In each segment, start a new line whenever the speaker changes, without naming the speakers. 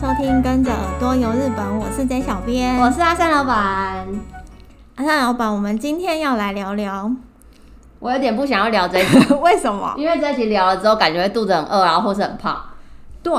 收听《跟着耳朵游日本》，我是 J 小编，
我是阿三老板。
阿三老板，我们今天要来聊聊，
我有点不想要聊这 一集，
为什么？
因为这一集聊了之后，感觉会肚子很饿啊，或是很胖。
对，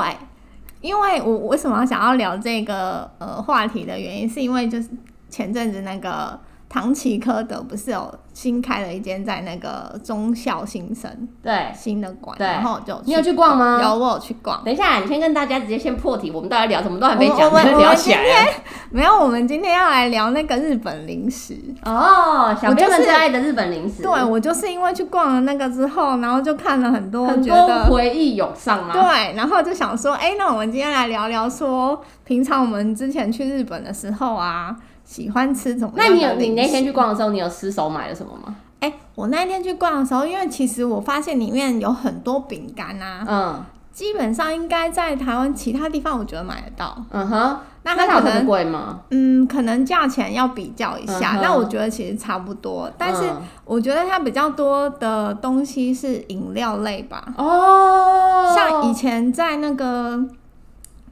因为我为什么要想要聊这个呃话题的原因，是因为就是前阵子那个唐奇科德不是有新开了一间在那个中校新生
对，
新的馆，
对
然后我就
你有去逛吗
有，我有去逛。
等一下，你先跟大家直接先破题，我们到底聊什么都还没
我
讲，
们
就
我
聊
们
起
今
来
天
了。
没有，我们今天要来聊那个日本零食。
哦，小编
我就
们
是
最爱的日本零食，
对，我就是因为去逛了那个之后，然后就看了很多，
很
觉
多
得
回忆涌上吗？
对，啊然后就想说，哎、那我们今天来聊聊说，平常我们之前去日本的时候啊，喜欢吃什么
那
样的
你有你
零
那
食
天去逛的时候，你有失手买了什么吗？
哎、我那天去逛的时候，因为其实我发现里面有很多饼干啊，
嗯
基本上应该在台湾其他地方我觉得买得到，
嗯哼，
那
它
它可
有这么
能。
贵吗？
嗯，可能价钱要比较一下
嗯，哼
那、我觉得其实差不多，但是
嗯
我觉得它比较多的东西是饮料类吧，
哦，
啊像以前在那个，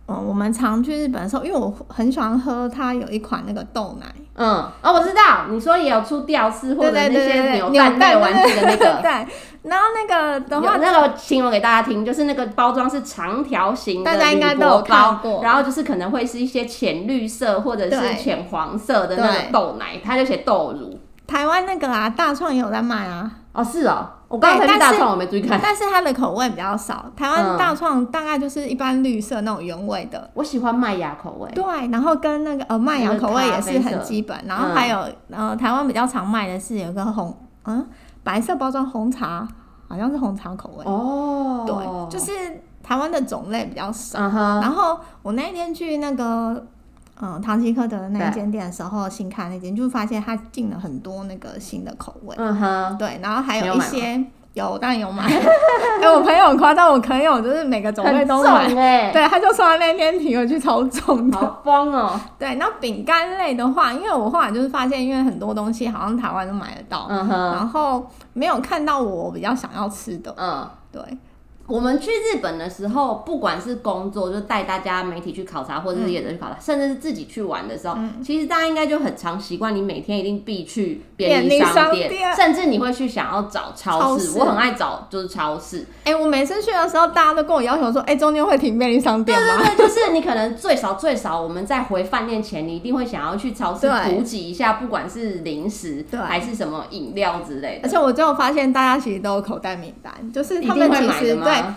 嗯，我们常去日本的时候，因为我很喜欢喝它有一款那个豆奶，
嗯，哦，我知道，你说也有出吊饰或者那
对对对
些
对
扭
对，
蛋类玩具的那
对对
个。
对。然后那个的
有
话，
那个形容给大家听，就是那个包装是长条形的
大家应该
铝
都有
箔包
看过
然后就是可能会是一些浅绿色或者是
对
浅黄色的那
对
种豆奶，它就写豆乳。
台湾那个啊，大创也有在卖 啊，
哦，是哦，我刚
对
才去
哎但
大
是
创，我没注意看。
但是它的口味比较少。台
嗯
湾大创大概就是一般绿色那种原味的，
我喜欢麦芽口味，
对。然后跟那个呃麦
那
芽
个
口味也是
咖啡色
很基本。然后还有
嗯
呃台湾比较常卖的是有一个红嗯白色包装红茶，好像是红茶口味。
哦，
对，就是是台湾的种类比较少。
嗯哼，
然后我那一天去那个。嗯，唐吉诃德的那一间店的时候，新开那间，就发现它进了很多那个新的口味，
嗯哼，
对，然后还
你
有
有
一
买吗
些有，当然有买。 哎、我朋友很夸张，我朋友就是每个种类
很
都
重
买，
哎、
对，他就说他那天提回去超重的。
好疯哦，
对，那饼干类的话，因为我后来就是发现，因为很多东西好像台湾都买得到，
嗯哼，
然后没有看到我比较想要吃的，
嗯。
对，
我们去日本的时候，不管是工作，就带大家媒体去考察，或者是业者去考
嗯
察，甚至是自己去玩的时候，其实大家应该就很常习惯，你每天一定必去便利商
便利商店
甚至你会去想要找超市。
超市
我很爱找就是超市，
哎、我每次去的时候，大家都跟我要求说，哎、中间会停便利商店吗？
对，就是你可能最少最少，我们在回饭店前，你一定会想要去超市
对
补给一下，不管是零食
对
还是什么饮料之类
而
的，
且我就发现，大家其实都有口袋名单，就是
一
他
定
们
会
其
买的
实对
吗？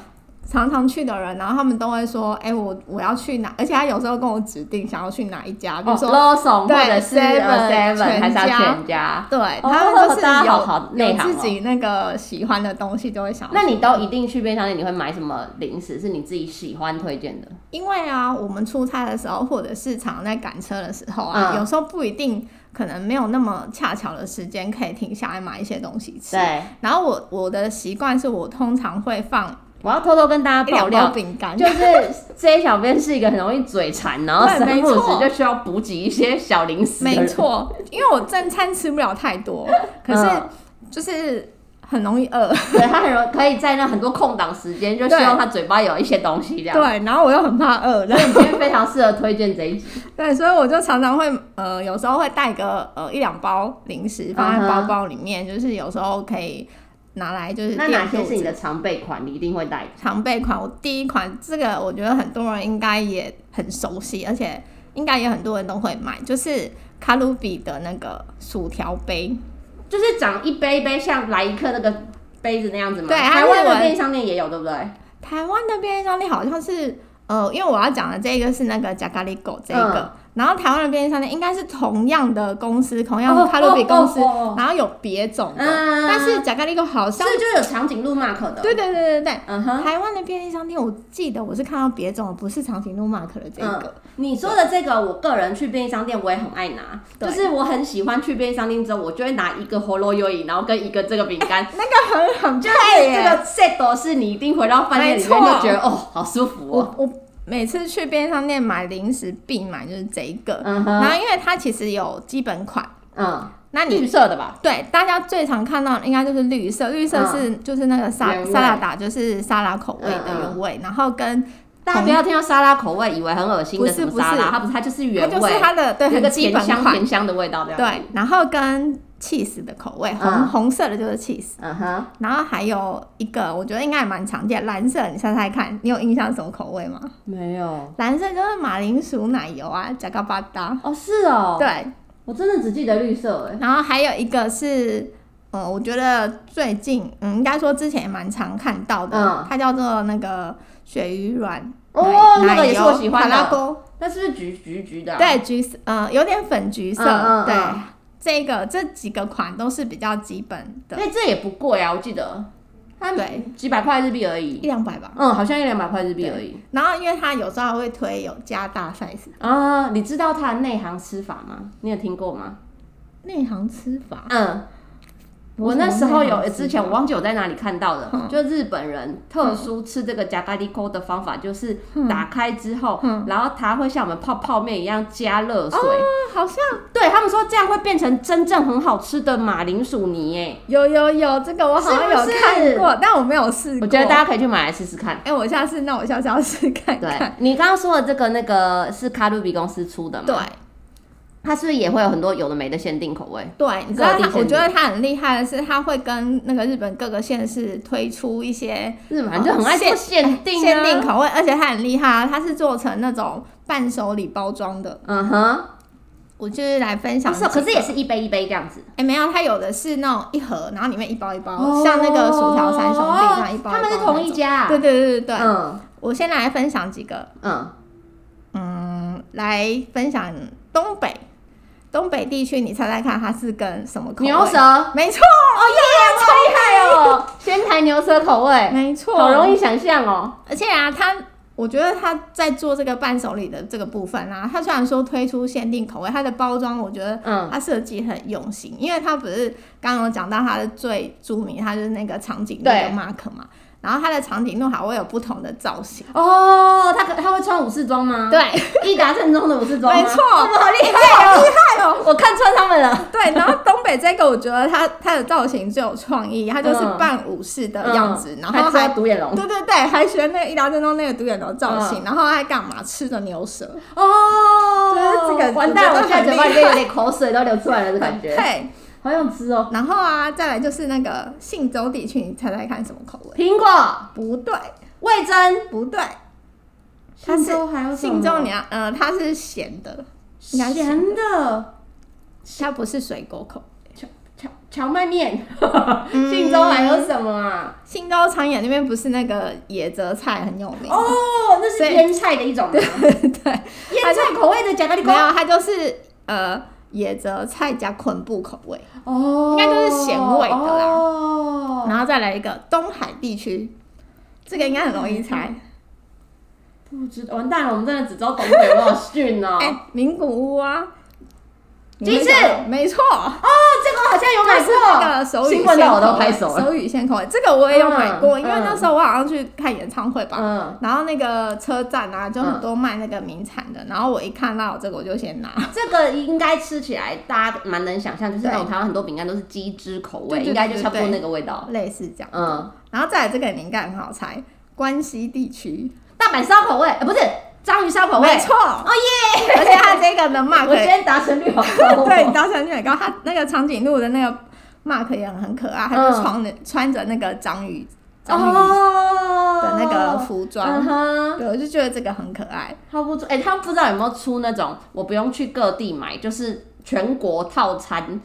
常常去的人，然后他们都会说，哎、我我要去哪？而且他有时候跟我指定想要去哪一家，比
哦
如说，
，Lawson
对
或者是
Seven，
Seven 还是要
全家
全家。
对、
哦
他们就是有、
大家好好内
有
行哦
自己那个喜欢的东西，就会想要去。
那你都一定去便利商店，你会买什么零食？是你自己喜欢推荐的？
因为啊，我们出差的时候，或者是常在赶车的时候啊，
嗯
有时候不一定，可能没有那么恰巧的时间可以停下来买一些东西吃。
对，
然后我我的习惯是我通常会放
我要偷偷跟大
一
家
两
爆
包
料，
饼干，
就是 J 小编是一个很容易嘴馋，然后
对
三
没
不五时
错
就需要补给一些小零食。
没，错，因为我正餐吃不了太 多，可是
嗯
就是很容易 饿。
对他很容可以在那很多空档时间，就希望
对
他嘴巴有一些东西这样。
对，然后我又很怕饿， 然后
所以你今天非常适合推荐这一 集。
对，所以我就常常会呃，有时候会带个呃一两包零食放在
嗯哼
包包里面就是有时候可以拿来就是
那哪
垫
些
肚
是你
子。
的常备款？你一定会带的。
常备款，我第一款这个我觉得很多人应该也很熟悉，而且应该也很多人都会买，就是卡路比的那个薯条杯。
就是长一杯一杯像来一克那个杯子那样子嘛。
对它
台湾
日
的
文
便利商店也有，对不对？
台湾的便利商店好像是，呃，因为我要讲的这个是那个加咖喱狗这一个，
嗯
然后台湾的便利商店应该是同样的公司，同样
哦
卡路比公司，
哦哦哦
然后有别种的，
嗯
但是加咖喱狗好
所
像，
以就有长颈鹿 mark 的。
对对对对对。
嗯哼。
台湾的便利商店，我记得我是看到别种，不是长颈鹿 mark 的这个，
你说的这个，我个人去便利商店我也很爱拿，就
对
是我很喜欢去便利商店之后，我就会拿一个葫芦优饮，然后跟一个这个饼干，
那个很很
就是嗯这个 set 是你一定回到饭店里面
没错
就觉得哦，好舒服哦。
我我每次去便利商店买零食必买就是这一个，
嗯哼，
然后因为它其实有基本款，
嗯，
那你
绿色的吧？
对，大家最常看到的应该就是绿色，绿色是、就是那个沙
嗯原味
沙拉达，就是沙拉口味的
嗯嗯
原味，然后跟
大家不要听到沙拉口味以为很恶心的
不是
什么沙
不
拉，
是
它不是，它就是
它
原
就
味
是，它的对
有一个
很基
甜
本
香
款
甜，香的味道这样。，
对，然后跟 cheese 的口味，红、
嗯
红色的就是 cheese，
嗯哼，
然后还有一个我觉得应该也蛮常见，蓝色，你猜猜看，你有印象什么口味吗？
没有。
蓝色就是马铃薯奶油啊，加嘎巴达，
哦，是哦，，
对，
我真的只记得绿色哎。
然后还有一个是，呃，我觉得最近，嗯，应该说之前也蛮常看到的，
嗯
它叫做那个鳕鱼卵
哦
奶
那个也是我
奶油
喜欢的
塔拉勾
那是不是橘橘橘的啊？
对，橘色，呃，有点粉橘色，
嗯嗯
对
嗯。
这个这几个款都是比较基本的，
哎，这也不贵啊，我记得它
对
几百块日币而已。
一两百吧。
嗯，好像一两百块日币而已。
然后因为它有时候还会推有加大 size
啊，你知道它的内行吃法吗？你有听过吗？
内行吃法，
嗯，我那时候有之前我忘记我在哪里看到的，就日本人特殊吃这个加咖喱扣的方法，就是打开之后，然后它会像我们泡泡面一样加热水。
哦，好像
对他们说这样会变成真正很好吃的马铃薯泥诶。
有有有，这个我好像有
是不是
看过，但我没有试过。
我觉得大家可以去买来试试看。
哎、我下次那我下次要试看
对
看。
你刚刚说的这个那个是卡路比公司出的嘛？
对，
它是不是也会有很多有的没的限定口味？
对，你知道
各地
他，
限
我觉
定
得他很厉害的是，他会跟那个日本各个县市推出一些
日本人就很爱做限定、啊、
限定。口味，而且他很厉害啊，他是做成那种伴手礼包装的。
嗯哼，
我就是来分享
不
几
是
个，
哦，可是也是一杯一杯这样子。
哎、没有，它有的是那种一盒，然后里面一包一包，
哦
像那个薯条三兄弟这样一包一包
他们是同一
那种
家、啊。
对对对对对，
嗯
我先来分享几个，
嗯，
嗯，来分享东北，东北地区，你猜猜看它是跟什么口味？
牛舌，哦
没错，
耶，好厉害哦！仙台牛舌口味，
没错，
好容易想象哦。
而且啊，他我觉得他在做这个伴手礼的这个部分啊，他虽然说推出限定口味，它的包装我觉得
嗯
它设计很用心，因为它不是刚刚有讲到它的最著名，它就是那个长颈鹿的
对
mark 嘛，然后它的长颈鹿还会有不同的造 型，
哦，他可他会穿武士装吗？
对，
对，一达正宗的武士装吗。
没错，好厉
害哦
害哦！
我看穿他们了。
对，然后东北这个，我觉得它它的造型最有创意，它就是
嗯
半武士的样子，
嗯
然后还
还独眼龙。
对对对，还学那个医疗正宗那个独眼龙造
嗯
型，然后还干嘛吃着牛舌，
哦，
这个
完蛋，
我
我
觉得
现在
很
嘴巴
厉
里 面有点口水都流出来了的感觉，
对，
好想吃哦。
然后啊，再来就是那个信州地区，你猜猜看什么口味？
苹果、
不对，
味增，
不对，它是
信州还有什么
信州你要呃，它是咸的，应该是
咸的
它不是水果口。
荞荞麦 面， 信州还有什么啊？
信州长野那边不是那个野泽菜很有名？
哦，那是
对
腌菜的一种吗，
嗯
啊
对，
腌菜口味的甲咖喱
没
糕，
有，它就是呃野泽菜加昆布口味，
哦
应该都是咸味的啦
哦，
然后再来一个东海地区，这个应该很容易猜。
不知道，完蛋了，我们真的只知道东北，我好逊哦。
哎、名古屋啊，你
鸡
会
翅
想到没错，
哦，这个我好像有买
就是那
过，
个手语
兴奋
线
到我
口
都
味
拍手了。
手语线口味，这个我也有买过，
嗯
因为那时候我好像去看演唱会吧。
嗯，
然后那个车站啊，就很多卖那个名产的。然后我一看到这个，我就先拿。
这个应该吃起来大家蛮能想象，就是
对
那种台湾很多饼干都是鸡汁口味，
对对对
应该就差不多那个味道。
类似这样。
嗯，
然后再来这个，你应该很好猜，关西地区。
大阪烧口味，呃、不是章鱼烧口味。
没错，
哦耶！
而且它这个 的 mark
我今天达成率好高、哦。
对，你当成就很高。他那个长颈鹿的那个 mark 也很可爱，他就
嗯
穿着、穿着那个章鱼章鱼的
哦
那个服装
嗯，哼，
对，我就觉得这个很可爱。
他不出，哎、他们不知道有没有出那种我不用去各地买，就是全国套餐，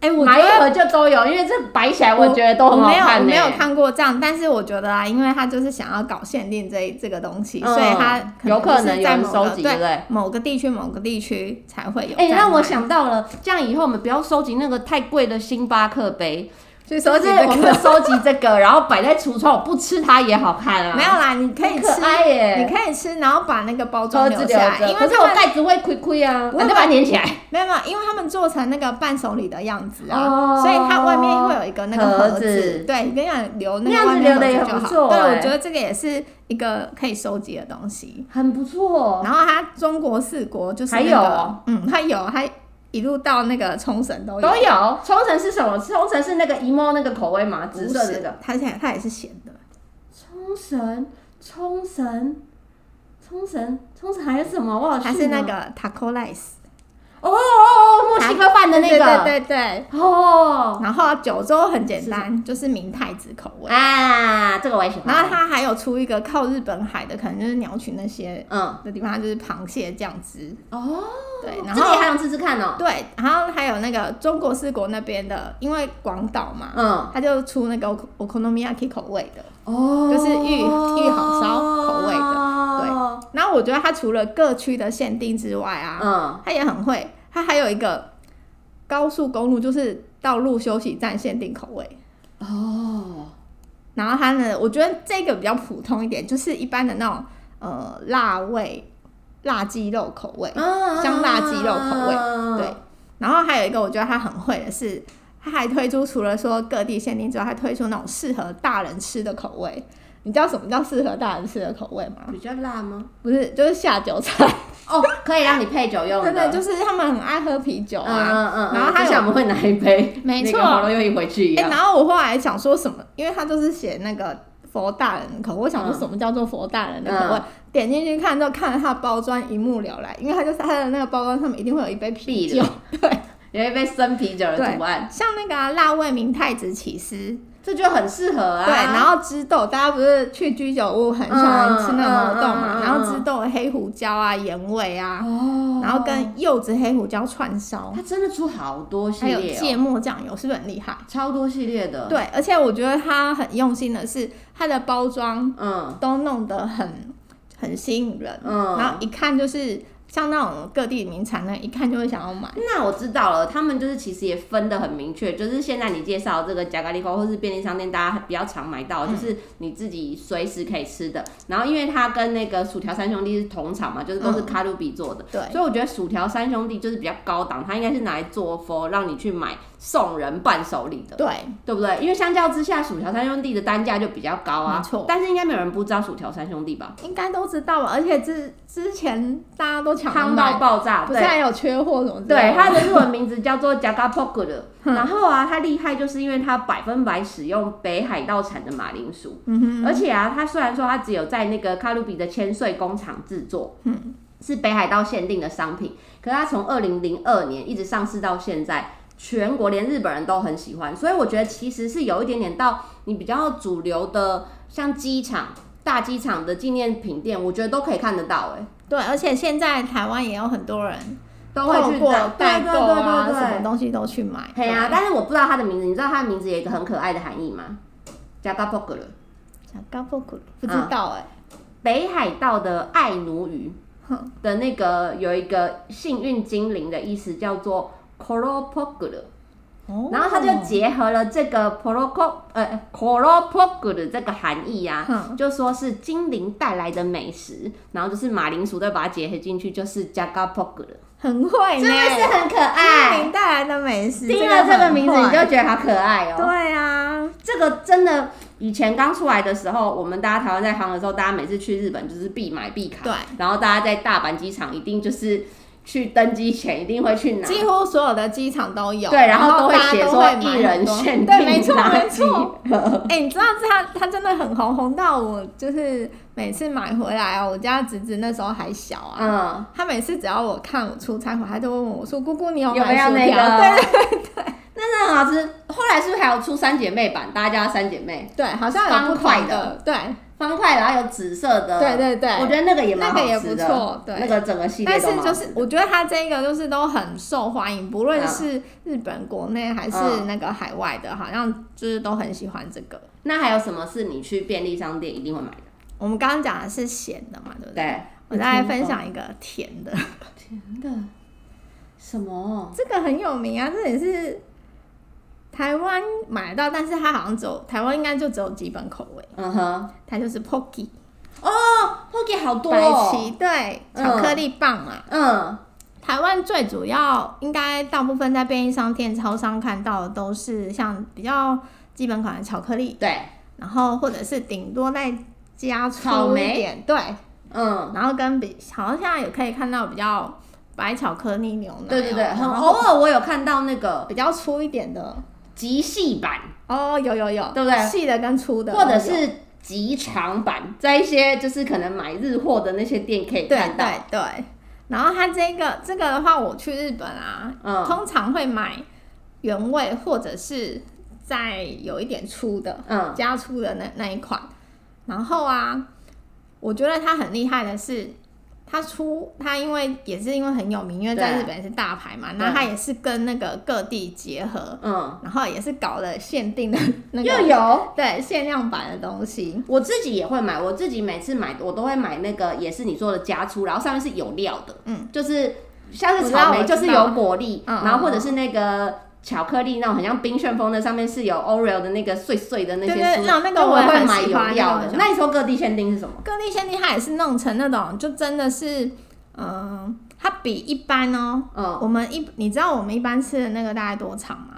哎、我
买一盒就都有，因为这摆起来我觉得都很好
没有我
看、呢。欸
没有看过这样，但是我觉得啊，因为他就是想要搞限定这这个东西，
嗯
所以他
有可
可能是
能有
在
人
某个
收集对不
对
对
某个地区某个地区才会有这
哎、
样卖。
让我想到了，这样以后我们不要收集那个太贵的星巴克杯，
去收集
就是
这
我
个
们收集这个，然后摆在橱窗，我不吃它也好看 啊。
没有啦，你可以
很
吃，
可爱
你
耶，
可以吃，然后把那个包装
盒子
留
留
下来，
着，
因为
可是
他
我
们
盖子会亏亏啊，
不
我
会
就把它粘起来。
没有没有，因为他们做成那个伴手礼的样子啊，
哦
所以它外面会有一个那个盒
盒子
对，跟你留那个
那样子
外面
留得也
盒子就
很
好。
不错
对，
欸
我觉得这个也是一个可以收集的东西。
很不错，
然后它中国四国就是、那个、
还有哦
嗯，它有，它一路到那个冲绳都有，
都有。冲绳是什么？冲绳是那个 emo 那个口味吗？
不
紫
是
色的那个。
它现在它也是咸的，
冲绳，冲绳，冲绳，冲绳还有什么？我好
还是那个 taco rice
哦哦哦，墨西哥饭的那个
对对对对。
哦
然后九州很简
是
单，就是明太子口味。
啊，这个我也喜
然后
欢。
它还有出一个靠日本海的，可能就是鸟取那些
嗯，
的地方，它就是螃蟹酱汁。
哦，
对，然
这个
后
也还想吃吃看哦。
对，然后还有那个中国四国那边的，因为广岛嘛，
嗯，
它就出那个 ok- okonomiyaki 口味的。
哦
就是玉玉好烧口味的
的，
然后我觉得它除了各区的限定之外啊，
嗯，
它也很会，它还有一个高速公路就是道路休息站限定口味。
哦，
然后它呢，我觉得这个比较普通一点，就是一般的那种呃辣味辣鸡肉口味。嗯香辣鸡肉口味
味
对，，然后还有一个我觉得它很会的是，它还推出除了说各地限定之外，还推出那种适合大人吃的口味。你知道什么叫适合大人吃的口味吗？
比较辣吗？
不是，就是下酒菜。
哦，可以让你配酒用 的，
真的就是他们很爱喝啤酒
嗯
啊。
嗯嗯，
然后还有
就像我们会拿一杯，
没
那
错
个黄龙又一回去一
哎、
样，
然后我后来想说什么，因为他就是写那个佛大人的口味，我想说
嗯
什么叫做佛大人的口味，
嗯
点进去看之后，看了它的包装一目了然，因为它就是它的那个包装上面一定会有一杯啤酒，对，
有一杯生啤酒的
对
图案，
像那个啊、辣味明太子起司，
这就很适合啊。
对，然后知豆，大家不是去居酒屋很喜欢吃那个活动嘛，
嗯嗯嗯嗯嗯
然后知豆的黑胡椒啊、盐味啊，
哦，
然后跟柚子黑胡椒串烧，
它真的出好多系
还有
列、哦，
芥末酱油，是不是很厉害？
超多系列的，，
对，而且我觉得它很用心的是，它的包装
嗯
都弄得很很吸引人，
嗯，
然后一看就是像那种各地名产那一看就会想要买。
那我知道了，他们就是其实也分得很明确，就是现在你介绍这个加咖喱锅或是便利商店，大家比较常买
嗯
到，就是你自己随时可以吃的。然后因为它跟那个薯条三兄弟是同厂嘛，就是都是卡路比做的，
嗯对，
所以我觉得薯条三兄弟就是比较高档，它应该是拿来做 for 让你去买送人伴手礼的，
对，
对不对？因为相较之下，薯条三兄弟的单价就比较高啊，
没错
但是应该没有人不知道薯条三兄弟吧？
应该都知道吧？而且之之前大家都抢着
夯到
买，
爆炸，
不
对。
是还有缺货什么之
对，
类的
它
吗？
的日文名字叫做 Jagapog 的。然后啊，它厉害就是因为它百分百使用北海道产的马铃薯，而且啊，它虽然说它只有在那个卡路比的千岁工厂制作，是北海道限定的商品，可是它从二零零二年一直上市到现在。全国连日本人都很喜欢，所以我觉得其实是有一点点到你比较主流的，像机场、大机场的纪念品店，我觉得都可以看得到、欸，哎，
对，而且现在台湾也有很多人
都会去
透过
找
代购啊，
对对对对对
什么东西都去买。
嘿啊，但是我不知道它的名字，你知道它的名字有一个很可爱的含义吗？加嘎波格了，
想高破苦，不知
嗯
道哎、
北海道的爱奴鱼
哼
的那个有一个幸运精灵的意思叫做 k o r o p o g u
哦
然后它就结合了这个 p o r o k o 呃 k o r o p o g u 的这个含义啊，
哼
就说是精灵带来的美食，然后就是马铃薯再把它结合进去，就是加嘎波格了，
很会
真
呢，
的是很可
精
爱。
灵带来的美食，
听了哎这个
很
名字，你
会
就觉得好可爱哦、
对啊，
这个真的，以前刚出来的时候，我们大家台湾在行的时候，大家每次去日本就是必买必卡，
对，
然后大家在大阪机场一定就是去登机前一定会去拿，
几乎所有的机场都有，
对，然后都
大家
写
都
说
会买
一人
很多
限定
对，没错
垃
没
圾
错。哎、你知道它它真的很红，红到我就是每次买回来哦，我家侄子那时候还小啊。
嗯，
他每次只要我看我出差回来，他就会问我说：“姑姑，你有
有
买
没有
薯
那
条？”
个？对对对，那真的很好吃。后来是不是还有出三姐妹版？大家叫三姐妹，
对对，好像有不
方块
同的，对
方块，然后有紫色的，
对对对。
我觉得那个也蛮好吃的，
那个也不错对
那个整个系列
但是
都蛮好
就
吃
是我觉得它这个就是都很受欢迎，不论
嗯
是日本国内还是
嗯
那个海外的，好像就是都很喜欢这个。
那还有什么是你去便利商店一定会买的？
我们刚刚讲的是咸的嘛，对不对？
对，嗯
我再来分享一个甜的，
真的什 么？
这个很有名啊，这也是台湾买得到，但是它好像只有台湾应该就只有几本口味，
嗯哼，
它就是 Pocky
哦 p o k e 好多、
白
哦，
奇对
嗯
巧克力棒嘛。
嗯，
台湾最主要应该大部分在便利商店、超商看到的都是像比较基本款的巧克力，
对，
然后或者是顶多再加
草
粗
莓
一点，对，
嗯，
然后跟比好像现在也可以看到比较白巧克力牛奶哦、
对对对，很
然后
偶尔我有看到那个
比较粗一点的
极细版，
哦，有有有，
对不对
细的跟粗的，
或者是极长版，在一些就是可能买日货的那些店可以
对
看到。
对对。然后它这个这个的话，我去日本啊，
嗯
通常会买原味或者是再有一点粗的
嗯
加粗的那那一款。然后啊，我觉得它很厉害的是，它出它因为也是因为很有名，因为在
对
日本也是大牌嘛，
对
然后它也是跟那个各地结合，
嗯，
然后也是搞了限定的那
又
个
有。
对限量版的东西。
我自己也会买，我自己每次买我都会买那个也是你说的加粗，然后上面是有料的，嗯，就是像是草莓
我知道我
就
知道
是有果粒，
嗯
然后或者是那个巧克力那种很像冰旋风的，上面是有 Oreo 的那个碎碎的那些
对对
酥，
那那个
都
我
我
也
会
很
买
喜
有
欢
料
那个
的
我。
那你说各地限定是什么？
各地限定它也是弄成那种，就真的是，嗯、它比一般哦、
嗯，
我们一你知道我们一般吃的那个大概多长吗？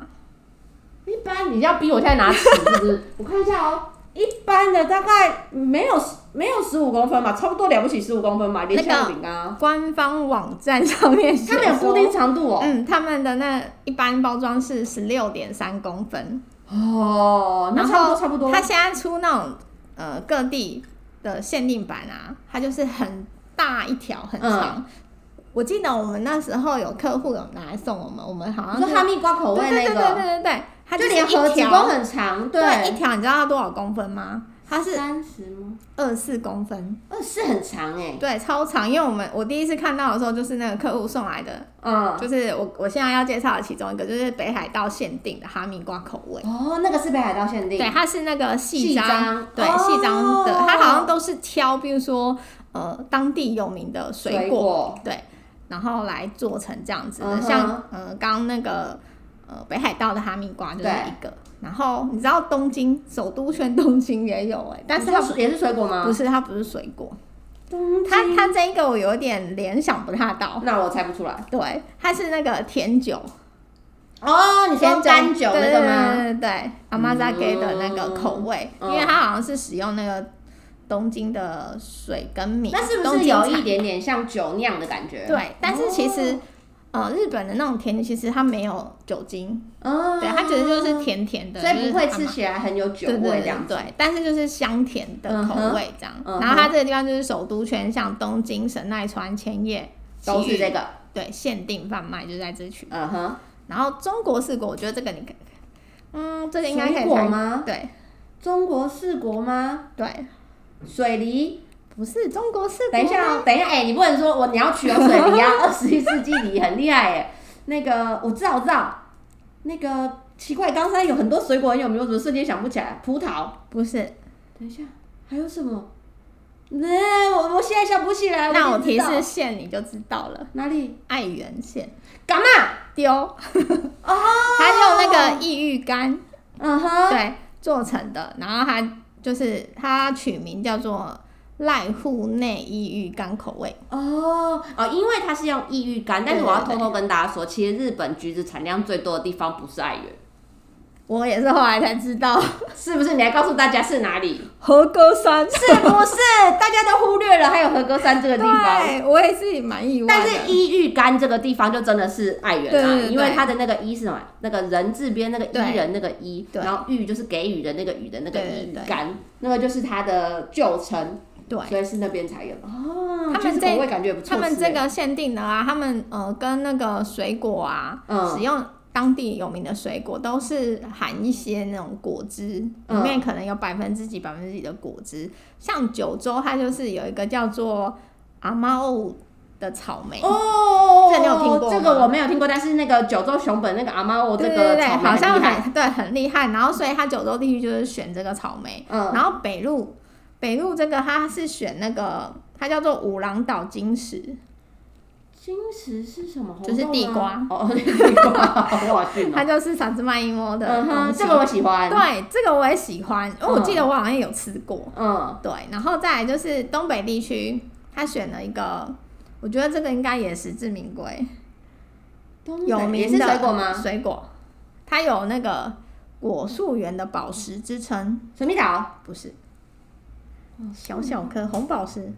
一般你要逼我现在拿尺是不是？我看一下哦。一般的大概没有没有十五公分吧，差不多了不起十五公分吧，连
那个
馅饼啊，
官方网站上面写
它没有
说
固定长度哦。
嗯，他们的那一般包装是十六点三公分，
哦，
嗯
那
然
差不
后
多差不多。
他现在出那种呃各地的限定版啊，它就是很大一条很长。我记得我们那时候有客户有拿来送我们，我们好像
你说哈
是
密瓜口味
对
那
对对
个，
对对对，它
就是连盒
一
子都
条
很长，
一条你知道它多少公分吗？它是
三十吗？
二四公分，
二是很长哎，
对，超长。因为我们我第一次看到的时候，就是那个客户送来的，
嗯，
就是我我现在要介绍的其中一个，就是北海道限定的哈密瓜口味。
哦，那个是北海道限定，
对，啊它是那个细
细
章，
章
对
哦
细章的，它好像都是挑，比如说呃当地有名的水果，
水果
对，然后来做成这样子的，
嗯哼
像呃刚刚那个呃北海道的哈密瓜就是
对
一个，然后你知道东京首都圈东京也有哎、但是它
你说也是水果吗？
不是它不是水果，
东
它它这一个我有点联想不太到，
那我猜不出来。
对，它是那个甜酒。
哦，你说干酒那个吗？
对对对对，阿妈扎给的那个口味，
嗯
因为它好像是使用那个东京的水跟米，
那是不
东
是
京
有
产
一点点像酒酿的感觉？，
对？但是其实、
哦
呃，日本的那种甜点其实它没有酒精，
嗯，
对，它其实就是，甜甜的，
所以不会
就是阿
吃
嬷
起来很有酒
对对
味
对
这样。
对，但是就是香甜的口味这样。
嗯哼
然后它这个地方就是首都圈，像东京、神奈川、千叶
都是这
个
个，
对限定贩卖，就在这区。
嗯哼，
然后中国四国，我觉得这个你可以，嗯，这个应该可
水
以
果
猜
吗？
对
中国四国吗？
对，
水梨，
不是中国是
等一下哦，等一下，哎、你不能说我你要取有水梨啊，二十一世纪梨很厉害耶。那个我知道，我知道，那个奇怪，冈山有很多水果很有名，我怎么瞬间想不起来？葡萄，
不是？
等一下，还有什么？那、我我现在想不起来。
那我
一定
提
知道
示县你就知道了，
哪里？
爱媛县
干嘛？
丢，
哦，
它用那个异域柑
嗯哼，
对做成的，然后它就是它取名叫做濑户内异域柑口味，
哦哦，因为它是用异域柑，但是
对
我要
对对
偷偷跟大家说，其实日本橘子产量最多的地方不是爱媛，
我也是后来才知道
是不是？你来告诉大家是哪里？
和歌山
是不是？大家都忽略了还有合歌山这个地方。
对，我也是蛮意外
但
的，
是伊玉干这个地方就真的是爱媛
对
啊，
对对
因为它的那个伊是什么？那个人字边那个伊
对
人那个伊，
对
然后玉就是给予的那个予的那个
对对
伊
对
干，那个就是它的旧称，
对。
所以是那边才有的。哦，
他们
就是
这
口味感觉也不
他
错。
们
是欸
这个限定的啊，他们呃跟那个水果啊，
嗯
使用当地有名的水果，都是含一些那种果汁，
嗯
里面可能有百分之几、百分之几的果汁。像九州，它就是有一个叫做阿妈欧的草莓，
哦，
这你有听过吗
这个我没有听过，但是那个九州熊本那个阿妈哦我这
对对对
个
对，
草莓
好像
很厉害。
很对很厉害。然后所以它九州地区就是选这个草莓，
嗯，
然后北陆北陆这个它是选那个它叫做五郎岛金石，
金石是什么？
就是
红豆吗
地瓜
哦， 地瓜，哇塞！
它就是萨兹曼伊莫的
嗯
东
哼，
西
这个我喜欢。
对，这个我也喜欢，因为我记得我好像有吃过。
嗯，
对，然后再来就是东北地区，他选了一个，我觉得这个应该也实至名归，
东北
有名的
也是水果吗？
水果，它有那个果树园的宝石之称，
水蜜桃、
不是小小颗红宝石，
哦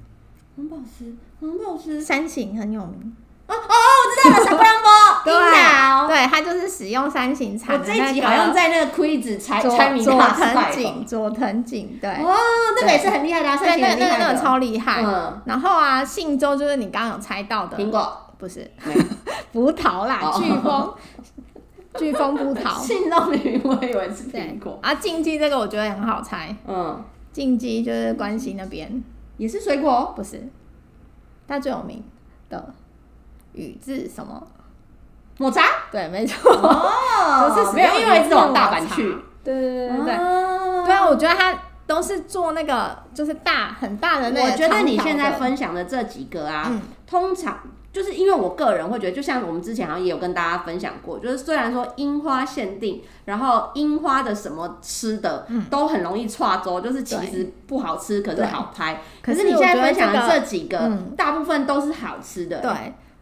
红宝石、红宝石。哦
山形很有名。
哦哦，我知道了，小布兰波。
对
英达哦，
对，它就是使用三型
我
产的
这
那
一集好像
个
在那个 quiz 猜
佐
猜谜
佐
大
藤
赛
景，佐藤景，对，
哦，那个也是很厉害的啊，
对，
算起来
那个那
很厉
个
害
那
的
个超厉害。
嗯，
然后啊，信州就是你刚刚有猜到的，
苹果
不是
没
葡萄啦，
哦
飓风，飓风葡萄。
信到你，我以为是
对
苹果，
啊，禁忌这个我觉得很好猜，
嗯，
禁忌就是关西那边，
也是水果，
不是，它最有名的宇治什么？
抹茶，
对，没错，
哦
就是
没有，因为
是
是往大阪去，。
啊对对对对对，
哦
对啊，我觉得它都是做那个就是大很大的那个
我觉得你
长条
现
的
在分享的这几个啊，
嗯
通常就是因为我个人会觉得，就像我们之前好像也有跟大家分享过，就是虽然说樱花限定，然后樱花的什么吃的、都很容易串粥，就是其实不好吃，可
嗯
是
对
好拍。
可
可
是
是你现在分享
我
的
觉得这
这几个，
嗯
大部分都是好吃的，，
对。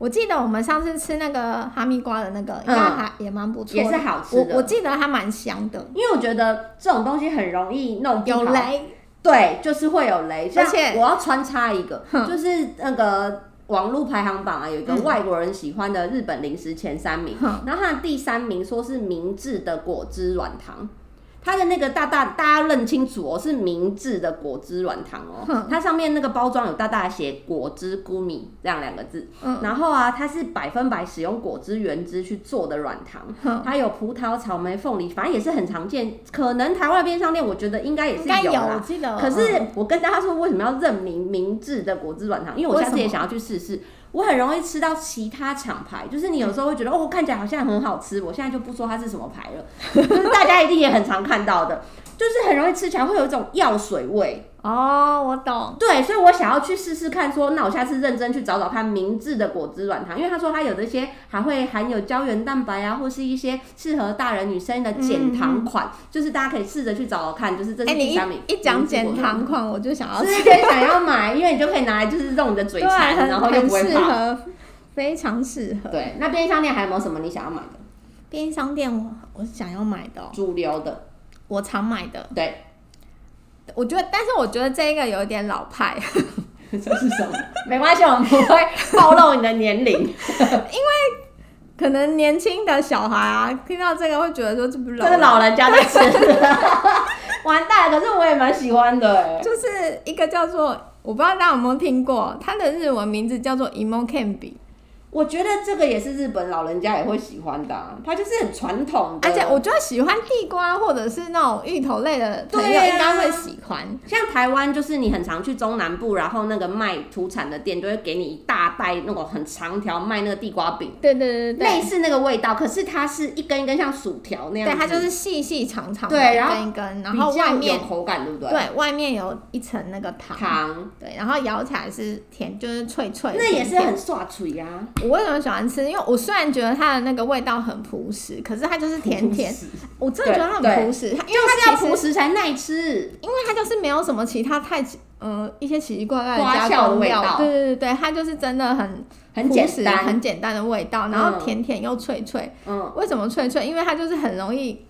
我记得我们上次吃那个哈密瓜的那个，应该
嗯
还也蛮不错的，
也是好吃
我
的。
我记得它蛮香的，
因为我觉得这种东西很容易弄不好
有雷，
对，就是会有雷。
而且
像我要穿插一个，
哼
就是那个网络排行榜啊，有一个
嗯
外国人喜欢的日本零食前三名，
哼
然后它的第三名说是明治的果汁软糖。它的那个大大，大家认清楚哦，是明治的果汁软糖哦
哼。
它上面那个包装有大大的写“果汁菇米”这样两个字。
嗯，
然后啊，它是百分百使用果汁原汁去做的软糖，
哼
它有葡萄、草莓、凤梨，反正也是很常见。可能台湾的便利商店，我觉得应该也是
应该有，
啦
我。记得。
可是
嗯
我跟大家说，为什么要认明明治的果汁软糖？因为我
为
下次
什
也
么
想要去试试。我很容易吃到其他厂牌，就是你有时候会觉得、哦，看起来好像很好吃，我现在就不说它是什么牌 了，就是大家一定也很常看到的，就是很容易吃起来会有一种药水味。
哦，我懂，
对，所以我想要去试试看说那我下次认真去找找看明治的果汁软糖，因为他说它有这些还会含有胶原蛋白啊，或是一些适合大人女生的减糖款，就是大家可以试着去找找看，就是这
嗯哎、
是
你
第
一
三名。
一讲
明治
减
果汁
糖款，我就想要
是
吃，
不是可以想要买，因为你就可以拿来就是用你的嘴
对，
馋，
很
然后就
很
不会
适
胖。
合，非常适合。
对，那便利商店还有没有什么你想要买的
便利商店我我想要买的哦、
主流的？
我常买的，
对，
我觉得，但是我觉得这个有点老派，
这是什么？没关系，我们不会暴露你的年龄，
可能年轻的小孩啊，听到这个会觉得说这不是
这是
老
老人家在吃的。 完蛋了，可是我也蛮喜欢的哎。
就是一个叫做我不知道大家有没有听过，它的日文名字叫做 emo candy，
我觉得这个也是日本老人家也会喜欢的、啊，它就是很传统的。
而且我觉得喜欢地瓜或者是那种芋头类的朋友
对啊
应该会喜欢。
像台湾，就是你很常去中南部，然后那个卖土产的店就会给你一大袋那种很长条卖那个地瓜饼。
对对对对
类
对，
似那个味道，可是它是一根一根像薯条那样
对
子，
它就是细细长长的，
对
一
然后
根一根，然
比
后
较
外面
有口感，对不对？
对外面有一层那个糖，
糖，
对，然后咬起来是甜，就是脆脆的。
那也
甜
是
甜
很刷嘴呀，
我为什么喜欢吃？因为我虽然觉得它的那个味道很朴实，可是它就是甜甜，
就
我真的觉得它
对对
很朴实，它因为
是
它
要
其实
朴实才耐吃。
因为它就是没有什么其他太奇呃一些奇奇怪怪
花
的加
俏的
工
味
料，
道
对对对对，它就是真的很
很
朴
简
实
单
很简单的味道，然后
嗯
甜甜又脆脆。
嗯，
为什么脆脆？因为它就是很容易，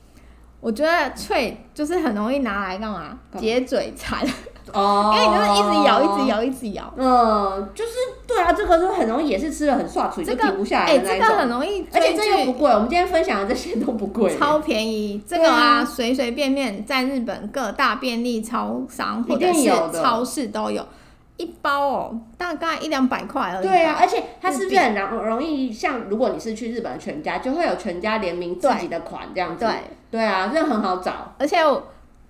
我觉得脆就是很容易拿来干嘛？
干嘛
解嘴馋， 因
哦
为你就是一直咬，一直。咬，一直咬。
嗯，就是对啊，这个就很容易，也是吃了很刷嘴，
这
就
个
停不下来
哎，
的那
这
一
个很
种。
容易
而
追
且
剧，
这又不贵，我们今天分享的这些都不贵，
超便宜，这
对
个
啊
啊，随随便便在日本各大便利超商或
一
者
定
是
有的
超市都有，一包哦，大概一两百块而已吧。
对啊，而且它
日
是不
币
是很容容易像，如果你是去日本的全家，就会有全家联名自己的款这样子。
对，
对啊，这很好找，
而且我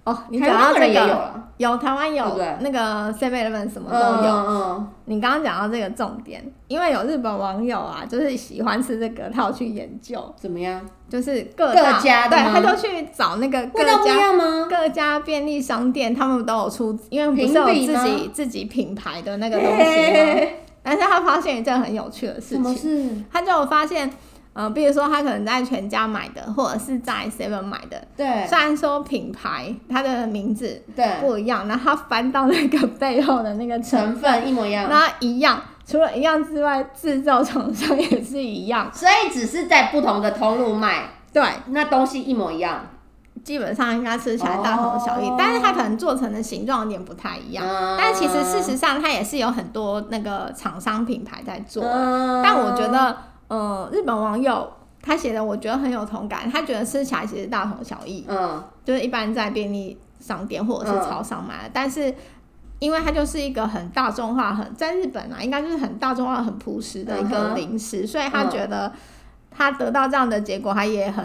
哦，你
台
讲到
湾
这
人也有
个，
了，
有台湾有
对不对
那个 Seven Eleven 什么
嗯
都有。
嗯
你刚刚讲到这个重点，因为有日本网友啊，就是喜欢吃这个，他有去研究
嗯，，怎么样？
就是各
各
大
家的
对，
吗
他就去找那个各
味道不一
家。
样吗？
各家便利商店他们都有出，因为不是有
评比
自己自己品牌的那个东西吗？但是他发现一件很有趣的事
什么
情，
事？
他就有发现，呃，比如说他可能在全家买的，或者是在 Seven 买的，
对
虽然说品牌它的名字
对，
不一样，然后他翻到那个背后的那个成
成分一模一样，
然后一样，除了一样之外，制造厂商也是一样，
所以只是在不同的通路卖，
对，
那东西一模一样。
基本上应该吃起来大同小异，
哦
但是它可能做成的形状有点不太一样。
嗯
但其实事实上，它也是有很多那个厂商品牌在做的。
嗯
但我觉得呃，日本网友他写的，我觉得很有同感。他觉得吃起来其实大同小异，
嗯，
就是一般在便利商店或者是超商买的，但是因为它就是一个很大众化，很在日本啊，应该就是很大众化、很朴实的一
嗯
个
哼
零食，所以他觉得他得到这样的结果，他也很。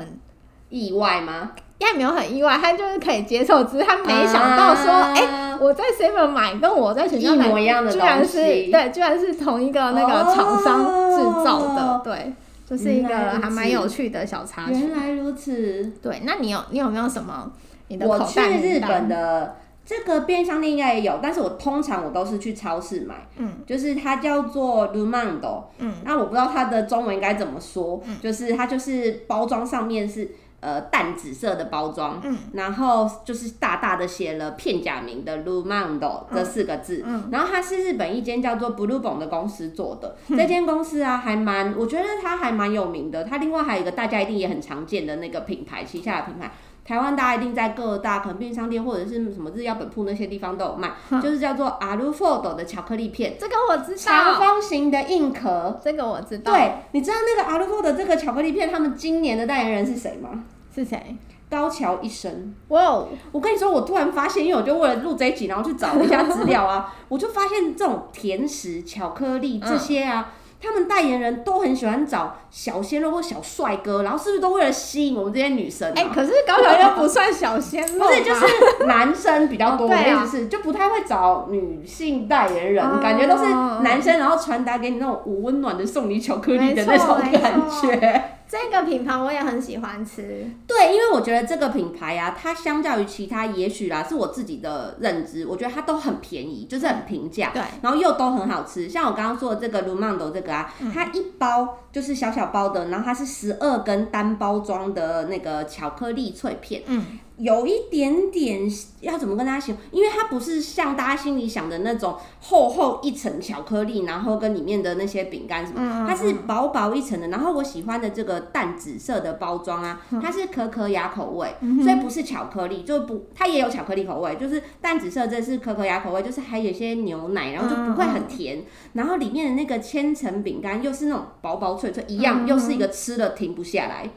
意外吗？
也没有很意外，他就是可以接受，只是他没想到说，哎、
哎
我在 seven 买跟我在学校买
一模一样的
居然
东
是
西
对，居然是同一个那个厂商制造的，
哦
对，就是一个
原来如此
还蛮有趣的小插曲
原。来如此。
对，那你有你有没有什么你的
我
口
去
袋
日
名单
本？的这个便利商店应该也有，但是我通常我都是去超市买，
嗯，
就是它叫做 Lumando，
嗯，
那我不知道它的中文应该怎么说，就是它就是包装上面是。呃，淡紫色的包装，
嗯，
然后就是大大的写了片假名的 Lumando 这四个字，
嗯
然后它是日本一间叫做 Blue Bond 的公司做的，这间公司啊还蛮，我觉得它还蛮有名的。它另外还有一个大家一定也很常见的那个品牌，旗下的品牌台湾大家一定在各大可能便利商店或者是什么日药本铺那些地方都有卖，就是叫做 Alufold 的巧克力片，
这个我知
长
道，
方形的硬壳。
这个我知道，
对，你知道那个 Alufold 这个巧克力片，他们今年的代言人是谁吗？
是谁？
高桥一生。
哇哦，
我跟你说，我突然发现，因为我就为了录这一集，然后去找了一下资料啊， 我就发现这种甜食、巧克力这些啊。
嗯
他们代言人都很喜欢找小鲜肉或小帅哥，然后是不是都为了吸引我们这些女生、啊？
哎、可是高桥又不算小鲜肉吧，
不是，就是男生比较 多。
哦
我的
对啊
意思是，就不太会找女性代言人，
哦
感觉都是男生，然后传达给你那种我温暖的送你巧克力的那
没错
种感觉。
这个品牌我也很喜欢吃，
对，因为我觉得这个品牌啊，它相较于其他，也许啦是我自己的认知，我觉得它都很便宜，就是很平价。
对，
然后又都很好吃，像我刚刚说的这个卢曼豆这个啊，
嗯
它一包就是小小包的，然后它是十二根单包装的那个巧克力脆片，
嗯，
有一点点要怎么跟大家形容？因为它不是像大家心里想的那种厚厚一层巧克力，然后跟里面的那些饼干什么，
嗯嗯
它是薄薄一层的。然后我喜欢的这个淡紫色的包装啊，
嗯
它是可可雅口味，所以不是巧克力，就不它也有巧克力口味，就是淡紫色这是可可雅口味，就是还有一些牛奶，然后就不会很甜。
嗯
然后里面的那个千层饼干又是那种薄薄脆脆，一
嗯
样又是一个吃了停不下来。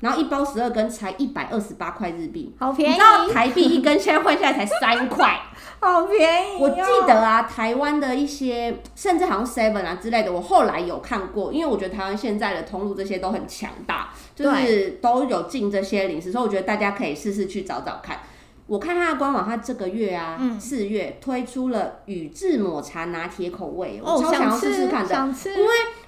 然后一包十二根才一百二十八块日币，
好
你
便
知
宜，
道台币一根现在换下来才三块，
好便宜、哦
我记得，啊，台湾的一些甚至好像 Seven 啊之类的，我后来有看过，因为我觉得台湾现在的通路这些都很强大，就是都有进这些零食，所以我觉得大家可以试试去找找看。我看它的官网，它这个月啊，
嗯
四、月推出了宇治抹茶拿铁口味，我
哦，
超想要
想
试试看
吃，
的。
想吃，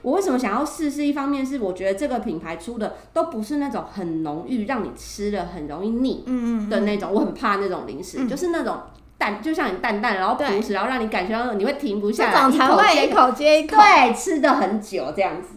我为什么想要试？是一方面是我觉得这个品牌出的都不是那种很浓郁，让你吃了很容易腻，
嗯嗯嗯
的那种，我很怕那种零食，就是那种淡，就像你淡淡，然后朴
对
实，然后让你感觉到你会停不
这
下来，
种
一
才
口接
会
一
一
口，
口接一口。
对，吃的很久这样子。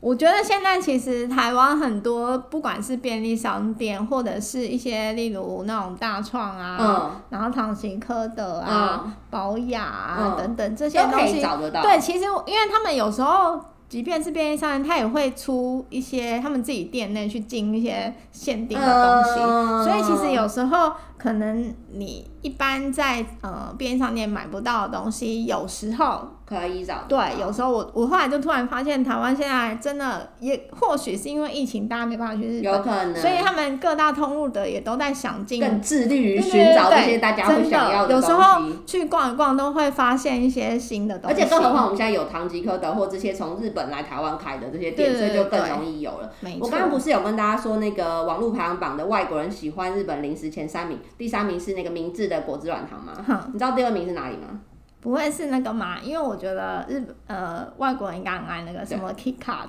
我觉得现在其实台湾很多，不管是便利商店，或者是一些例如那种大创啊，
嗯，
然后唐行科德啊、宝雅啊、
嗯
等等这些
都可
东
以
西，
找得到。
对，其实因为他们有时候。即便是便利商店，他也会出一些他们自己店内去进一些限定的东西，
嗯
所以其实有时候可能你一般在呃便利商店买不到的东西，有时候
可以找得到。
对，有时候我我后来就突然发现，台湾现在真的也或许是因为疫情，大家没办法去日
有
本，
可能，
啊所以他们各大通路的也都在想尽
更致力于
对对
寻找这
对
些大家会
真的
想要
有
东
时候
西。
去逛一逛，都会发现一些新的东
而
西。
且更何况，我们现在有唐吉诃德或这些从日本来台湾开的这些店，
对对
所以就更
对
容易有了。
没
我
错，
刚刚不是有跟大家说那个网络排行榜的外国人喜欢日本零食前三名，第三名是那个明治的果汁软糖吗？
哼
你知道第二名是哪里吗？
不会是那个嘛？因为我觉得日本呃外国人应该很爱那个什么 Kit Kat，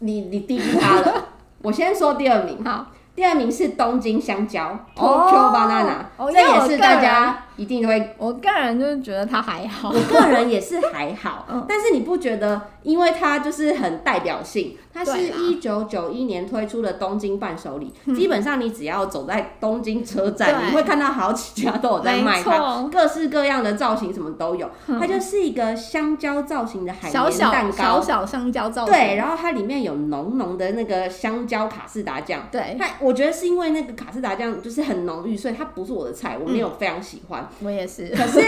你你低估他了。我先说第二名，
好，
第二名是东京香蕉
哦
（Tokyo Banana），、
哦
这
因为
也
我
是
个
大
人
家一定会
我个人就是觉得它还好。，
我个人也是还好
嗯
但是你不觉得？因为它就是很代表性，它是
对啦
一九九一年推出的东京伴手礼，基本上你只要走在东京车站，
对
你会看到好几家都有在卖它
没错，
哦各式各样的造型什么都有。它就是一个香蕉造型的海
嗯小
绵
小
蛋糕，
小小香蕉造型，
对，然后它里面有浓浓的那个香蕉卡士达酱。
对
它我觉得是因为那个卡士达酱就是很浓郁，所以它不是我的菜，我没
嗯
有非常喜欢。
我也是
可 是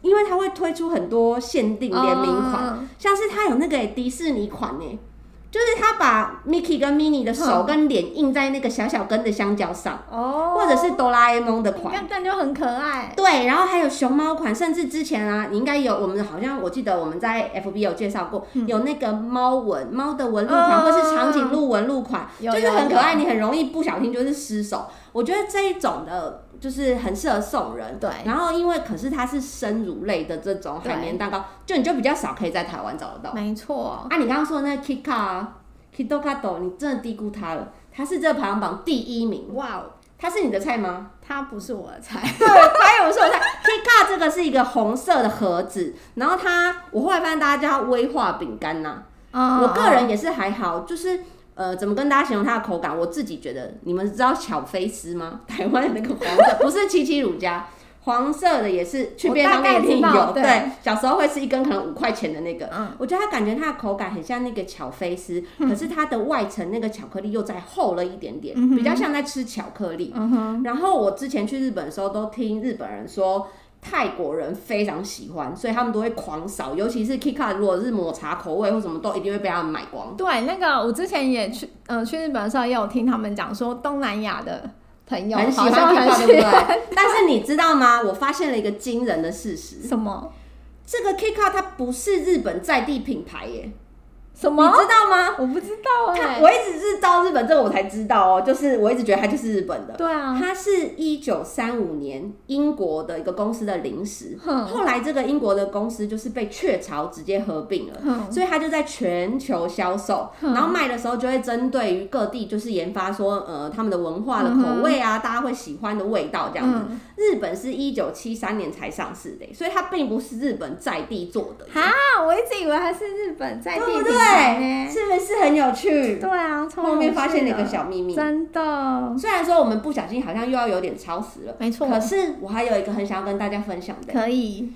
因为它会推出很多限定联名款，
嗯
像是它有那个欸迪士尼款呢、就是他把 Mickey 跟 Minnie 的手跟脸印在那个小小根的香蕉上，
哦，
或者是哆啦 A 梦的款。
但但就很可爱，
对，然后还有熊猫款，甚至之前啊，你应该有我们好像我记得我们在 FB 有介绍过，有那个猫纹猫的纹路款，
嗯
或是长颈鹿纹路款，
哦有
就是
有
很可
有
爱，你很容易不小心就是失手。我觉得这一种的，就是很适合送人。
对
然后因为可是它是生乳类的这种海绵蛋糕，就你就比较少可以在台湾找得到。
没错，
啊，你刚刚说的那个 Kika 啊，Kito Kato，你真的低估它了，它是这个排行榜第一名。
哇哦，
它是你的菜吗？
它不是我的菜，
对，它有时候它 Kika 这个是一个红色的盒子，然后它我后来发现大家叫它威化饼干呐、
哦
我个人也是还好，就是呃，怎么跟大家形容它的口感？我自己觉得，你们知道巧菲丝吗？ 台湾的那个 黄色，不是七七乳加。黄色的也是去
我
便
大
当店
概
一定
知道
有，
对
对，小时候会吃一根可能五块钱的那个，
嗯
我觉得它感觉它的口感很像那个巧菲丝，可是它的外层那个巧克力又再厚了一点点，
嗯哼
比较像在吃巧克力。
嗯哼，
然后我之前去日本的时候，都听日本人说泰国人非常喜欢，所以他们都会狂扫，尤其是 Kika 如果是抹茶口味或什么，都一定会被他们买光。
对，那个我之前也去，呃，去日本的时候也有听他们讲说，东南亚的朋友
很喜
嗯好
欢
像很
Kika，
喜
对不
欢
对？但是你知道吗？我发现了一个惊人的事实，
什么
这个 Kika 它不是日本在地品牌耶，
什
你
么，
知道吗？
我不知道哎、
它我一直是到日本这个我才知道哦，就是我一直觉得它就是日本的。
对啊，
它是一九三五年英国的一个公司的零食，
哼
后来这个英国的公司就是被雀巢直接合并了。
哼
所以它就在全球销售，
嗯
然后卖的时候就会针对于各地，就是研发说，呃，他们的文化的口味啊，大家会喜欢的味道这样子。
嗯
日本是一九七三年才上市的，所以它并不是日本在地做的，
啊，我一直以为它是日本在地
对不
品牌
对？
呢，
是不是很有趣？
对啊，超
后面
有
发
趣
现了一
的
个小秘密，
真的，
虽然说我们不小心好像又要有点超时了，
没错，
可是我还有一个很想要跟大家分享的，
可以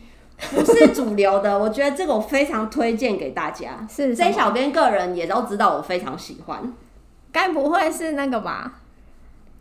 不是主流的，我觉得这个我非常推荐给大家。
是什
J
么
小编个人也都知道，我非常喜欢，
该不会是那个吧？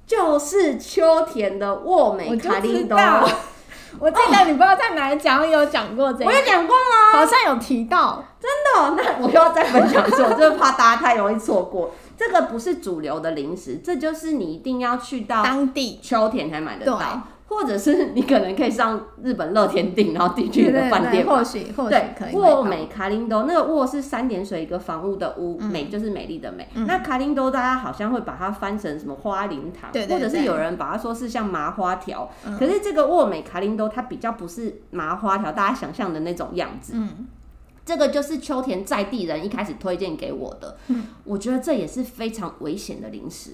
就是秋田的沃
我
美
就
卡
知
利多。
道， 我记得你不知道在哪一讲有讲过这
我
个，
有讲过吗？
好像有提到，
真的哦、那我又要再分享一次，我真的怕大家太容易错过。 这个不是主流的零食，这就是你一定要去到
当地
秋田才买得
对
到，或者是你可能可以上日本乐天订，然后地区的饭店买
或许或许
对
可，以
沃
买到
美卡林多，那个沃是三点水一个房屋的屋，
嗯
美就是美丽的美。那卡林多大家好像会把它翻成什么花灵糖，
对对
或者是
对
有人把它说是像麻花条。
嗯
可是这个沃美卡林多它比较不是麻花条，大家想象的那种样子。
嗯，
这个就是秋田在地人一开始推荐给我的，
嗯
我觉得这也是非常危险的零食。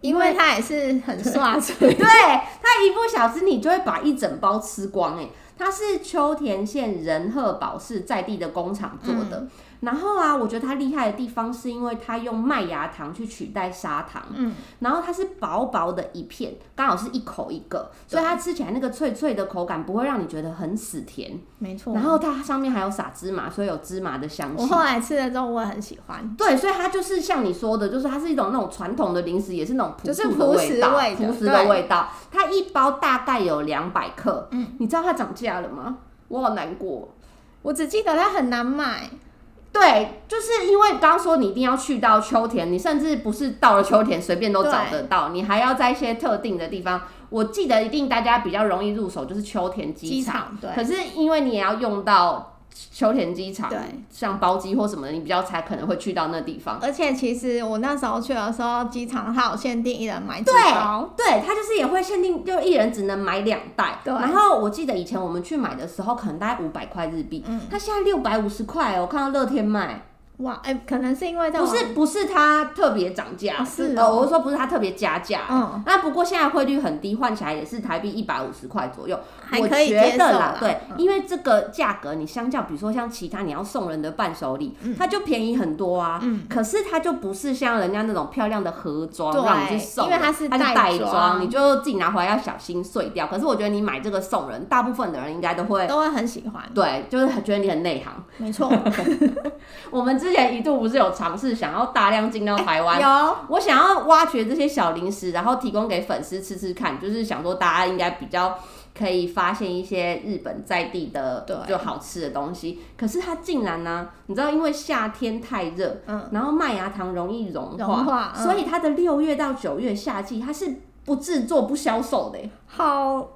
因为它也是很刷嘴，
对，它一不小心你就会把一整包吃光哎、它是秋田县仁贺保市在地的工厂做的，
嗯
然后啊，我觉得它厉害的地方是因为它用麦芽糖去取代砂糖，
嗯，
然后它是薄薄的一片，刚好是一口一个，所以它吃起来那个脆脆的口感不会让你觉得很死甜，
没错。
然后它上面还有撒芝麻，所以有芝麻的香
我
气。
后来吃了之后，我也很喜欢，
对，所以它就是像你说的，就是它是一种那种传统的零食，也是那种朴
就是
素的
朴实
味道，
味的
朴实
对
的味道。它一包大概有两百克，嗯，你知道它涨价了吗？我好难过。
我只记得它很难买，
对，就是因为刚刚说你一定要去到秋田，你甚至不是到了秋田随便都找得到，你还要在一些特定的地方。我记得一定大家比较容易入手就是秋田机
机
场，
场对
可是因为你也要用到秋田机场，
对，
像包机或什么的，你比较才可能会去到那地方。
而且其实我那时候去的时候，机场它有限定一人买几包，
对，对，它就是也会限定，就一人只能买两袋。
对
然后我记得以前我们去买的时候，可能大概五百块日币，
嗯
它现在六百五十块哦，我看到乐天卖，
哇，哎、可能是因为在
不
网
是不是它特别涨价，
哦是
呃
哦
我是说不是它特别加价。欸
嗯
那不过现在汇率很低，换起来也是台币一百五十块左右，
还
我
可以
觉
接受
得啦
啦，嗯
对，因为这个价格你相较，比如说像其他你要送人的伴手礼，它就便宜很多啊。
嗯
可是它就不是像人家那种漂亮的盒装
对
让你去送人，
因为它是
它是
袋
袋
装
装，你就自己拿回来要小心碎掉。可是我觉得你买这个送人，大部分的人应该都会。
都会很喜欢，
对，就是很觉得你很内行。
没 错，
我们之前一度不是有尝试想要大量
哎
进到台湾，
有
我想要挖掘这些小零食，然后提供给粉丝吃吃看，就是想说大家应该比较可以发现一些日本在地的
对
就好吃的东西。可是它竟然呢、你知道，因为夏天太热，
嗯，
然后麦芽糖容易融化，
融化，嗯
所以它的六月到九月夏季它是不制作不销售的耶，
好，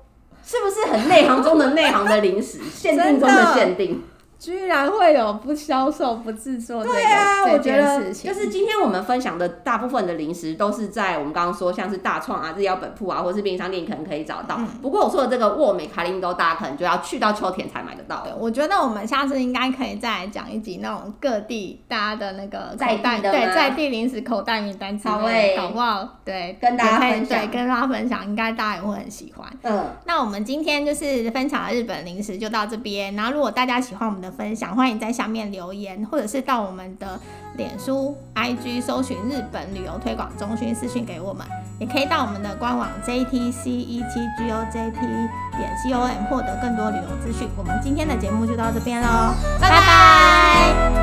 是不是很内行中的内行的零食，限定中的限定？
居然会有不销售、不制作这个
对啊，
这
我觉
件
得
事情
就是今天我们分享的大部分的零食都是在我们刚刚说像是大创啊、日药本铺啊，或是便利商店可能可以找
嗯
到。不过我说的这个沃美卡林多，大家可能就要去到秋天才买得到
对，。我觉得我们下次应该可以再来讲一集那种各地大家的那个口
在地
袋，
的
对
吗
在地零食口袋名单之
好
类
欸
的，搞不好对
跟大家
也可以
分享
对跟大家分享，应该大家也会很喜欢。
嗯，
那我们今天就是分享的日本零食就到这边。然后如果大家喜欢我们的分享，欢迎在下面留言，或者是到我们的脸书、IG 搜寻日本旅游推广中心私讯给我们，也可以到我们的官网 JTC 一七 GOJP 点 COM 获得更多旅游资讯。我们今天的节目就到这边喽，拜拜